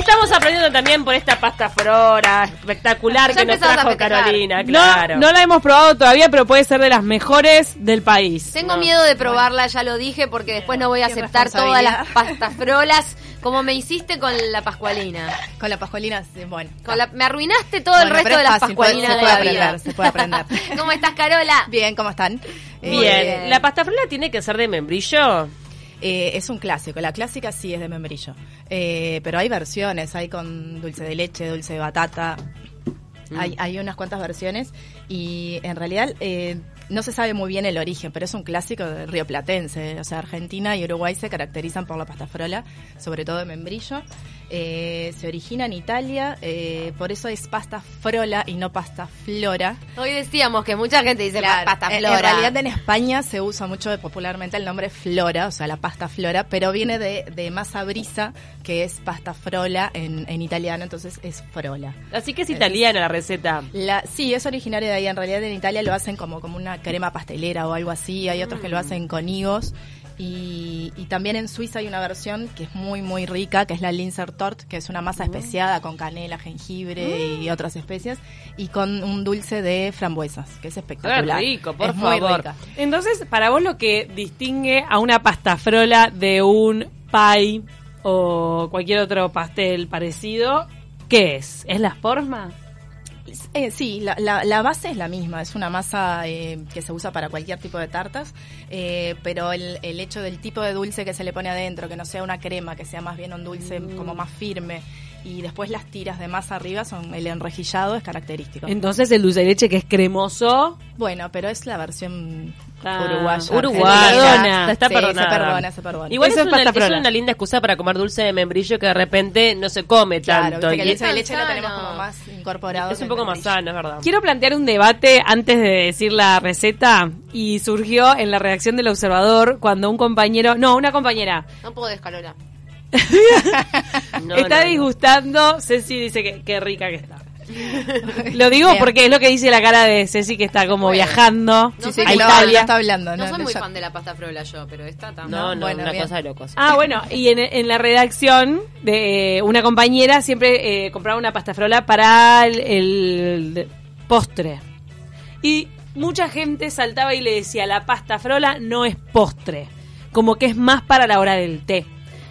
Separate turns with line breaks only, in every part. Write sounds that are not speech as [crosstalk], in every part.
Estamos aprendiendo también por esta pasta flora
Ah,
espectacular
Ya
que nos
empezamos a
trajo
festejar.
Carolina,
No,
claro.
no la hemos probado todavía, pero puede ser de las mejores del país.
Tengo miedo de probarla, ya lo dije, porque después no voy a
Qué
aceptar todas
responsabilidad.
las pastas frolas como me hiciste con la pascualina.
Con la pascualina, sí, bueno.
Con la- me arruinaste todo el
Bueno,
resto
pero
de
es
las
fácil,
pascualinas
se
de
puede
la vida.
aprender, se puede aprender.
[laughs] ¿Cómo estás, Carola?
Bien, ¿cómo están? Eh,
Bien.
bien.
¿La pasta frola tiene que ser de membrillo?
eh, es un clásico, la clásica sí es de membrillo. Eh, pero hay versiones, hay con dulce de leche, dulce de batata.
Mm.
Hay, hay unas cuantas versiones y en realidad eh, no se sabe muy bien el origen, pero es un clásico rioplatense. O sea, Argentina y Uruguay se caracterizan por la pasta frola, sobre todo de membrillo. Eh, se origina en Italia, eh, por eso es pasta frola y no pasta flora.
Hoy decíamos que mucha gente dice
Claro,
pasta
en-
flora.
En realidad en España se usa mucho popularmente el nombre flora, o sea, la pasta flora, pero viene de, de masa brisa, que es pasta frola en, en italiano, entonces es frola.
Así
Eh,
que es italiana la receta.
La, sí, es originaria de ahí. En realidad en Italia lo hacen como, como una crema pastelera o algo así. Hay otros que
Mm.
lo hacen con higos. Y, y también en Suiza hay una versión que es muy, muy rica, que es la Linzer Tort, que es una
Mm.
masa especiada con canela, jengibre y otras especias. Y con un dulce de frambuesas, que es espectacular.
Qué rico, por
es Muy
favor.
rica.
Entonces, para vos lo que distingue a una pasta frola de un pie o cualquier otro pastel parecido, ¿qué es? ¿Es la forma?
Eh, sí, la, la- la base es la misma, es una masa eh, que se usa para cualquier tipo de tartas, eh, pero el, el hecho del tipo de dulce que se le pone adentro, que no sea una crema, que sea más bien un dulce
Mm.
como más firme, y después las tiras de masa arriba, son el enrejillado es característico.
Entonces, el dulce de leche que es cremoso.
bueno, pero es la versión
Ah,
uruguaya.
Uruguaya.
Perdona,
está
Sí,
perdonada.
Se perdona, se perdona.
Igual es,
Eso es
una,
pasta
es
frola.
una linda excusa para comer dulce de membrillo que de repente no se come
claro,
tanto.
viste que
y
el dulce
es,
de leche lo tenemos
sano.
como más incorporado.
es un
que el
poco más
membrillo.
sano, es verdad.
Quiero plantear un debate antes de decir la receta y surgió en la redacción del observador cuando un compañero, no, una compañera,
No puedo Carola.
No,
está
no, no.
disgustando, Ceci dice que qué rica que está. Lo digo
Bien.
porque es lo que dice la cara de Ceci que está como
Bueno.
viajando
No
Sí, sí,
soy
a
que lo,
Italia.
lo está hablando.
No, soy muy
ya-
fan de la pasta frola yo, pero esta también.
No, no,
Bueno,
una
bien.
cosa de locos.
Ah, bueno, y en, en la redacción de eh, una compañera siempre eh, compraba una pasta frola para el, el postre. Y mucha gente saltaba y le decía, la pasta frola no es postre, como que es más para la hora del té.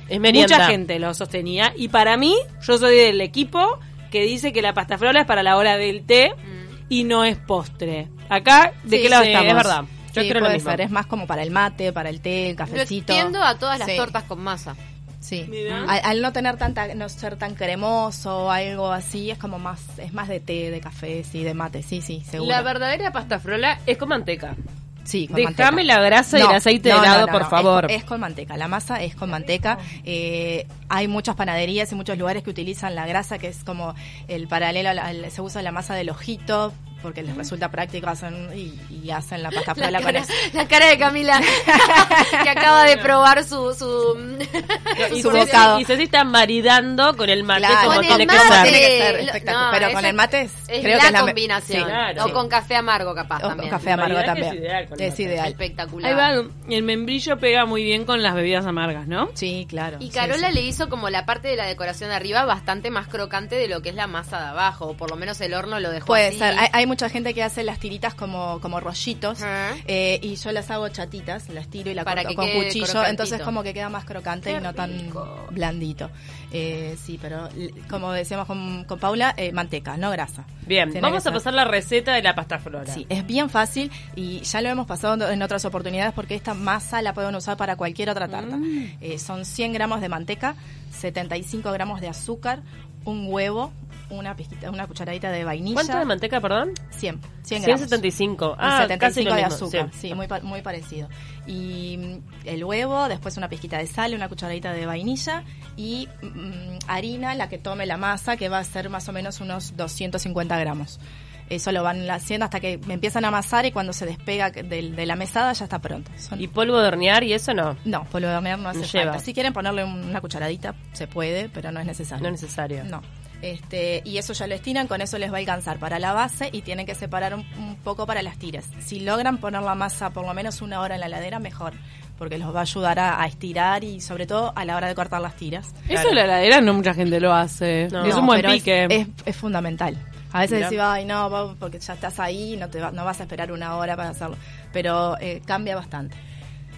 es merienda.
Mucha gente lo sostenía y para mí, yo soy del equipo que dice que la pasta frola es para la hora del té
Mm.
y no es postre. Acá, ¿de
Sí,
qué lado
sí, ¿eh?
estamos?
Es verdad. Yo
Sí,
creo lo
puede
mismo.
ser, es más como para el mate, para el té, el
Lo
cafecito.
extiendo a todas las
Sí.
tortas con masa.
Sí.
Mirá.
Al, al no tener tanta, no ser tan cremoso o algo así, es como más, es más de té, de café, sí, de mate, sí, sí, seguro.
La verdadera pasta frola es con manteca.
Sí, con
Dejame
manteca.
la grasa y el aceite de lado, por
es-
favor.
Es, con manteca, la masa es con manteca. Eh, hay muchas panaderías y muchos lugares que utilizan la grasa, que es como el paralelo, al- al- se usa la masa del ojito, porque les resulta práctico hacen, y, y hacen
[laughs]
la pasta frola con
cara,
eso.
la cara de
[laughs]
Camila que acaba de probar su, su mm, [laughs]
y,
su
Ceci-
bocado.
y Ceci está maridando con el mate
Claro.
como
Con
tiene
el
que
mate.
ser.
que ser
Lo-
espectacular,
no,
pero
esa
con el mate es-
es
creo
la
que es la me-
combinación.
sí,
claro.
O con café amargo capaz
O con
también.
café amargo
Variedad que
también.
es ideal con el
Es
mate.
ideal.
Espectacular.
Ahí va, el membrillo pega muy bien con las bebidas amargas, ¿no?
Sí, claro.
Y
sí,
Carola
sí.
le hizo como la parte de la decoración de arriba bastante más crocante de lo que es la masa de abajo, o por lo menos el horno lo dejó
Puede
así.
ser. Hay, hay mucha gente que hace las tiritas como, como rollitos
Ajá.
eh, y yo las hago chatitas, las tiro y la
Para
corto
que
con
quede
cuchillo,
crocantito.
entonces como que queda más crocante y no tan blandito. Eh, sí, pero l- como decíamos con, con Paula, eh, manteca, no grasa.
Bien,
Tiene
vamos
que
a
ser-
pasar la receta de la pasta flora.
Sí, es bien fácil y ya lo hemos pasado en otras oportunidades porque esta masa la pueden usar para cualquier otra tarta.
Mm.
Eh, son 100 gramos de manteca, 75 gramos de azúcar, un huevo, una pizquita- una cucharadita de vainilla.
¿Cuánto de manteca, perdón?
100, 100 gramos.
175.
Y
Ah,
75
casi lo
de
mismo,
azúcar,
sí.
sí, muy, pa- muy parecido. Y mm, el huevo, después una pizquita de sal, una cucharadita de vainilla y mm, harina, la que tome la masa, que va a ser más o menos unos 250 gramos. Eso lo van haciendo hasta que me empiezan a amasar y cuando se despega que- del- de, la mesada ya está pronto. Son-
¿Y polvo de hornear y eso no?
no, polvo de hornear no hace
No lleva.
falta. Si quieren ponerle un- una cucharadita, se puede, pero no es necesario.
No es necesario.
No. Este, y eso ya lo estiran, con eso les va a alcanzar para la base y tienen que separar un, un poco para las tiras. Si logran poner la masa por lo menos una hora en la heladera, mejor. porque los va a ayudar a, a estirar y sobre todo a la hora de cortar las tiras.
Eso en la heladera no mucha gente lo hace.
No.
es un
No,
buen
pero
pique.
Es, es fundamental. A veces
Mirá.
decís, ay, no, va- porque ya estás ahí, no, te va- no vas a esperar una hora para hacerlo. Pero eh, cambia bastante.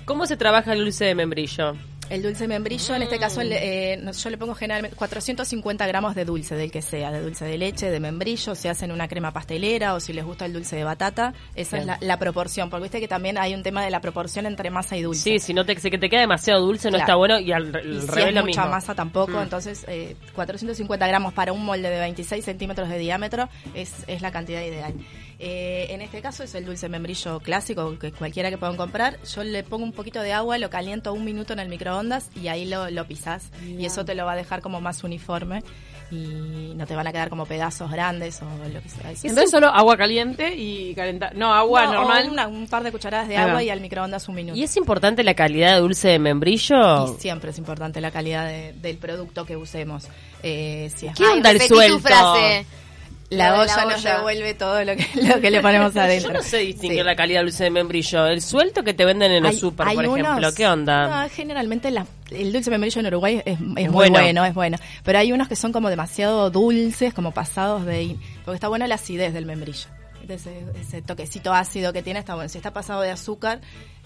¿Cómo se trabaja el dulce de membrillo?
El dulce de membrillo, en este caso, le- eh, no- yo le pongo generalmente 450 gramos de dulce, del que sea, de dulce de leche, de membrillo, se hace en una crema pastelera o si les gusta el dulce de batata. Esa
Bien.
es la, la proporción, porque viste que también hay un tema de la proporción entre masa y dulce.
Sí, si no te, si que te queda demasiado dulce, no
Claro.
está bueno y al, re-
Y
al
si
revés
es
lo
mucha
mismo. Mm.
masa tampoco, entonces eh, 450 gramos para un molde de 26 centímetros de diámetro es, es la cantidad ideal. Eh, en este caso es el dulce membrillo clásico, que cualquiera que puedan comprar. Yo le pongo un poquito de agua, lo caliento un minuto en el microondas y ahí lo, lo pisás. Y eso te lo va a dejar como más uniforme y no te van a quedar como pedazos grandes o lo que sea. Es-
Entonces solo agua caliente y calentar. No, agua
No, o
normal.
una- un par de cucharadas de
Ahí va.
agua y al microondas un minuto.
¿Y es importante la calidad de dulce de membrillo?
Y siempre es importante la calidad de- del producto que usemos. Eh, si es
¿Qué
Ay,
onda el
repetí tu
suelto?
frase.
La,
La de
olla,
la
nos
olla.
devuelve todo lo que, lo que le ponemos adentro.
[laughs] Yo no sé distinguir
Sí.
la calidad del dulce de membrillo. El suelto que te venden en los
Hay-
super,
hay
por
unos-
ejemplo. ¿Qué onda?
no, generalmente la- el dulce de membrillo en Uruguay es, es muy
bueno.
bueno. es bueno. Pero hay unos que son como demasiado dulces, como pasados de... in- Porque está buena la acidez del membrillo. Ese, ese toquecito ácido que tiene está bueno. Si está pasado de azúcar,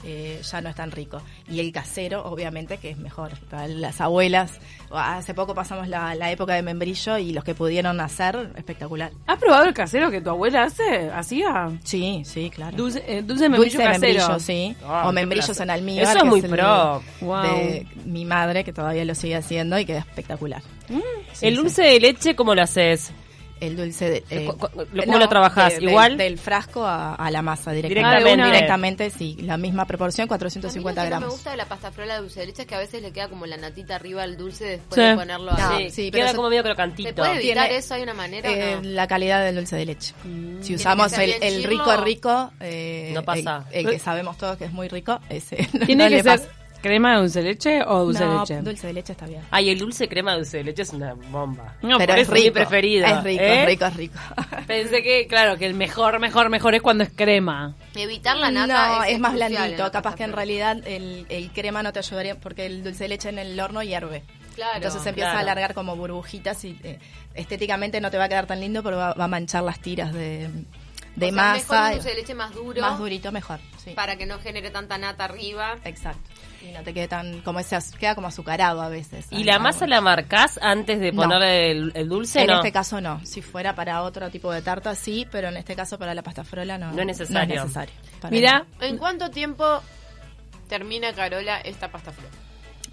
eh, ya no es tan rico. Y el casero, obviamente, que es mejor. Para las abuelas, hace poco pasamos la, la época de membrillo y los que pudieron hacer, espectacular.
¿Has probado el casero que tu abuela hace? ¿Hacía?
Sí, sí, claro.
Dulce, eh, dulce de membrillo
Dulce de
casero.
membrillo, sí.
Ah,
o
qué
membrillos
placer.
en almíbar.
Eso es
que
muy
el
pro.
de
Wow.
mi madre, que todavía lo sigue haciendo y queda espectacular. sí,
Mm. el
sí.
dulce de leche, ¿cómo lo haces?
El dulce de... eh,
¿Cu- cu- lo- cómo lo trabajás?
de- de-
¿Igual?
Del frasco a, a la masa
Directamente.
directamente.
Ah, de una vez.
directamente, sí. La misma proporción,
A
450
mí lo que no me
gramos.
gusta de la pasta frola dulce de leche es que a veces le queda como la natita arriba al dulce después
Sí.
de ponerlo
No,
ahí.
sí,
sí, pero
queda
eso-
como medio crocantito.
¿Se puede evitar
Tiene-
eso? ¿Hay una manera
Eh,
o no?
La calidad del dulce de leche. Si usamos
ser
el,
bien
el
chirlo.
rico rico, eh,
Mm. No pasa.
El, el que sabemos todos que es muy rico,
[laughs]
ese [laughs]
¿Tiene que
no le
ser
pasa.
crema de dulce de leche o dulce de
No,
leche?
dulce de leche está bien.
Ay, el dulce crema de dulce de leche es una bomba.
No,
pero
por
es
eso.
mi
rico.
preferido,
Es rico,
¿eh?
es rico, es rico.
Pensé que, claro, que el mejor, mejor, mejor es cuando es crema.
Evitar la nata
No, es, más
crucial en
blandito.
la
Capaz
pasta
que en
frola.
realidad el, el crema no te ayudaría porque el dulce de leche en el horno hierve.
Claro,
Entonces eh, se empieza
claro.
a alargar como burbujitas y eh, estéticamente no te va a quedar tan lindo, pero va, va a manchar las tiras de, de
O sea, mejor
masa. eh,
un dulce de leche más duro,
Más durito, mejor. Sí.
para que no genere tanta nata arriba.
Exacto. Y no te quede tan. como ese, az- queda como azucarado a veces.
¿Y
Ay,
la
no,
masa
bueno.
la marcás antes de
No.
ponerle el, el dulce?
En
no.
este caso no. Si fuera para otro tipo de tarta, sí, pero en este caso para la pasta frola no,
No es necesario.
necesario. Para
Mira,
nada.
¿En cuánto tiempo termina Carola esta pasta frola?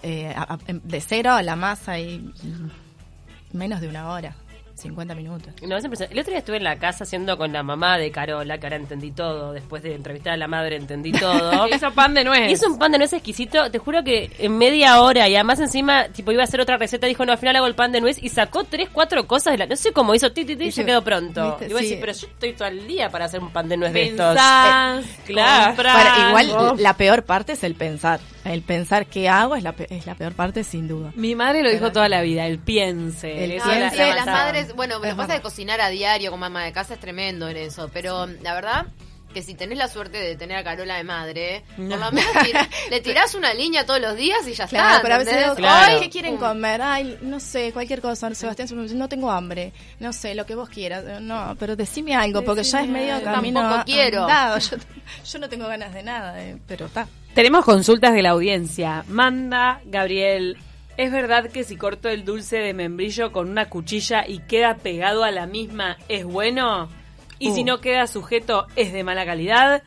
Eh, a- a- em- de cero a la masa y y menos de una hora, 50 minutos.
No, es impresionante. El otro día estuve en la casa haciendo con la mamá de Carola, que ahora entendí todo. Después de entrevistar a la madre,
[laughs]
entendí todo.
[laughs] hizo pan de nuez.
Y es un pan de nuez exquisito, te juro que en media hora y además encima, tipo, iba a hacer otra receta, dijo, no, al final hago el pan de nuez y sacó tres, cuatro cosas de la... No sé cómo hizo, ti, ti, ti, y ya
Viste,
quedó pronto.
viste,
Y vos decís,
sí.
pero yo estoy todo el día para hacer un pan de nuez de estos.
Pensás,
claro.
comprás.
Para- igual
oh.
la peor parte es el pensar. El pensar qué hago es la, pe- es la peor parte sin duda.
Mi madre lo dijo toda la vida, el
Eh,
piense.
El
Eso
Ah,
la-
piense,
sí,
la
las
mataron.
madres, bueno, lo
Es
que pasa
verdad.
de cocinar a diario con mamá de casa es tremendo en eso, pero la verdad que si tenés la suerte de tener a Carola de madre, por lo menos
[laughs]
tir- le tirás una línea todos los días y ya
Claro,
está.
pero a veces
Ah, ¿entendés? Mm.
digo,
Claro.
"Ay, ¿qué quieren comer? Ay, no sé, cualquier cosa. Sebastián siempre me dice, no tengo hambre. No sé, lo que vos quieras. Eh, No, pero decime algo, porque ya es medio
algo.
camino
Tampoco quiero.
andado. [laughs] Yo, yo no tengo ganas de nada, eh, pero está.
Tenemos consultas de la audiencia. Manda, Gabriel, ¿es verdad que si corto el dulce de membrillo con una cuchilla y queda pegado a la misma, es bueno? Y si
Uh.
no queda sujeto, es de mala calidad.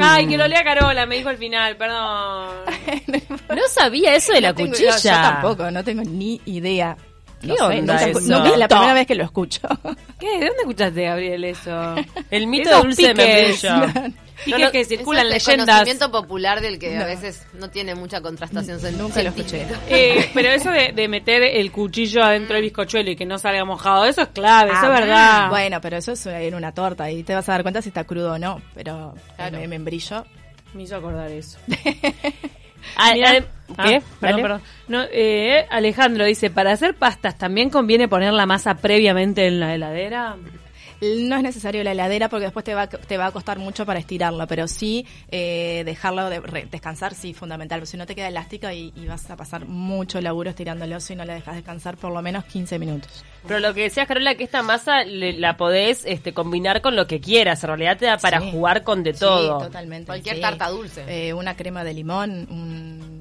Ay, que lo lea Carola, me dijo al final, perdón.
[laughs] No sabía eso de la
No tengo-
cuchilla.
yo tampoco, no tengo ni idea.
No
Digo,
sé,
nunca
no
escu-
sé.
nunca- es
Mito.
la primera vez que lo escucho.
[laughs]
[laughs]
¿Qué? ¿De dónde escuchaste, Gabriel, eso?
El mito
Esos
de dulce
piques.
de
[laughs]
membrillo.
Piques
No, no,
que
Eso
circulan
es
leyendas. [laughs]
conocimiento popular del que a
No.
veces no tiene mucha
[laughs]
contrastación
Nunca lo escuché.
científica.
Eh, pero eso de, de meter el cuchillo adentro del bizcochuelo y que no salga mojado, eso es clave, eso
Ah,
es verdad.
Bueno, pero eso es una- en una torta y te vas a dar cuenta si está crudo o no. Pero
Claro.
el membrillo.
Me hizo acordar [laughs] eso.
Ah,
Mirá-
adem-
Ah,
¿Qué?
perdón,
Dale.
perdón. No, eh, Alejandro dice, para hacer pastas, ¿también conviene poner la masa previamente en la heladera?
No es necesario la heladera porque después te va, a- te va a costar mucho para estirarlo, pero sí eh, dejarlo de, re- descansar, sí, fundamental. porque Si no te queda elástica y, y vas a pasar mucho laburo estirándolo si no la dejas descansar por lo menos 15 minutos.
Pero lo que decías, Carola, que esta masa le- la podés este, combinar con lo que quieras. En realidad te da para
Sí.
jugar con de
Sí,
todo.
totalmente.
Cualquier
sí.
tarta dulce.
Eh, una crema de limón, un-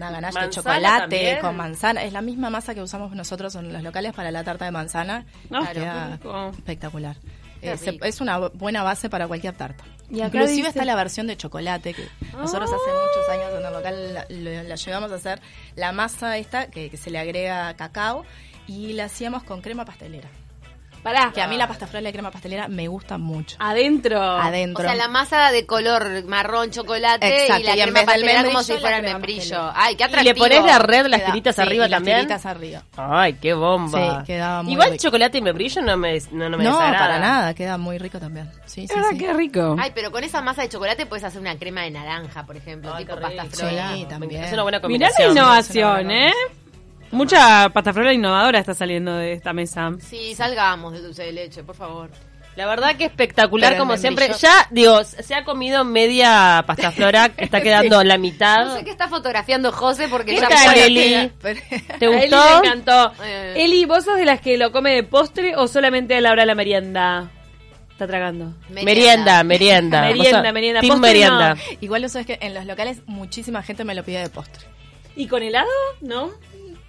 una ganache
Manzana
de chocolate
también.
con manzana. Es la misma masa que usamos nosotros en los locales para la tarta de manzana.
No,
Queda
claro, qué rico.
espectacular.
Qué
Eh, se-
rico.
es una bu- buena base para cualquier tarta.
Y acá
Inclusive
dice-
está la versión de chocolate que nosotros hace muchos años en el local la, lo- la llegamos a hacer. La masa esta que, que se le agrega cacao y la hacíamos con crema pastelera.
Pará.
Que a mí
Ah.
la pasta frola y crema pastelera me gusta mucho.
Adentro.
O
Adentro.
sea, la masa de color marrón chocolate y
Exacto,
la
y en
crema
vez del
pastelera como
membrillo,
si
la
fuera el
crema
membrillo.
pastelera.
Ay, qué
Y le
atractivo.
pones la red, las
Queda-
tiritas
sí,
arriba
y las
también.
tiritas arriba.
Ay, qué bomba.
Sí, quedaba muy
Igual
rico.
chocolate y membrillo no me, no, no me
No,
desagrada.
para nada, queda muy rico también. Sí, sí,
Ah,
sí.
qué rico.
Ay, pero con esa masa de chocolate puedes hacer una crema de naranja, por ejemplo,
Ay,
tipo
qué
pasta
rico.
frola.
Sí, también.
Es una buena
Mirá
combinación.
la innovación,
combinación,
¿eh? Mucha pastafrola innovadora está saliendo de esta mesa.
Sí, salgamos de dulce de leche, por favor.
La verdad que espectacular,
Pero el
como siempre.
membrillo-
Ya, digo, se ha comido media pasta flora, que
[laughs]
está quedando la mitad.
No sé qué está fotografiando José porque
¿Qué
ya
tal,
me-
Eli?
Pero- [laughs]
¿Te
A Eli
gustó?
le encantó.
Eh.
Eli, ¿vos sos de las que lo come de postre o solamente a la hora de la merienda? Está tragando.
Merienda, merienda.
Merienda,
Vos sos
merienda.
team
Postre no.
merienda.
Igual eso es que en los locales muchísima gente me lo pide de postre.
¿Y con helado? ¿No?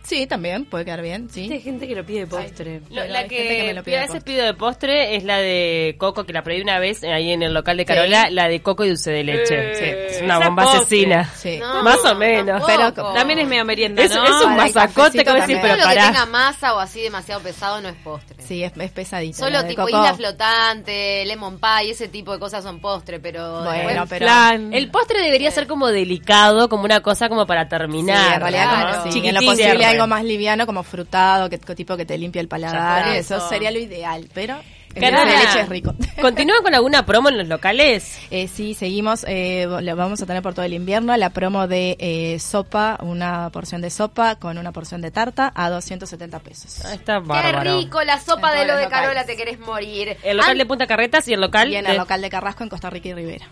Sí, también, puede quedar bien,
Hay
sí.
gente que lo pide de postre.
Lo-
Pero
la
hay
que,
gente que me lo pide
a
de
veces
postre.
pido de postre es la de coco, que la probé una vez eh, ahí en el local de Carola, la de coco y dulce de leche.
Eh,
Sí, es
sí.
una
Esa
bomba
postre.
asesina.
Sí.
No,
Más o menos.
tampoco.
Pero-
También Oh. es medio merienda,
Es,
¿no?
es un
Para el
masacote que
cafecito
voy a decir,
también.
pero
Todo lo que tenga
pará.
masa o así demasiado pesado no es postre.
Sí, es, es pesadito. la
Solo
de
tipo
coco.
isla flotante, lemon pie, ese tipo de cosas son postre, pero
Bueno, pero
Flan.
El postre debería ser como delicado, como una cosa como para
sí,
terminar.
en realidad,
¿no?
sí, en
Chiquitín,
lo posible
cierre.
algo más liviano, como frutado, que, que tipo que te limpia el paladar.
Ya está,
Eso
eso.
sería lo ideal, pero el
Carola,
dulce de leche es rico.
¿Continúan con alguna promo en los locales?
Eh, sí, seguimos. Eh, lo vamos a tener por todo el invierno la promo de eh, sopa, una porción de sopa con una porción de tarta a 270 pesos.
Ah, está
Qué
bárbaro.
rico la sopa
En
de
todos
lo
los
de
locales.
Carola, te querés morir.
El local
An-
de Punta Carretas Ah. y el local
Y en
de-
el local de Carrasco en Costa Rica y Rivera.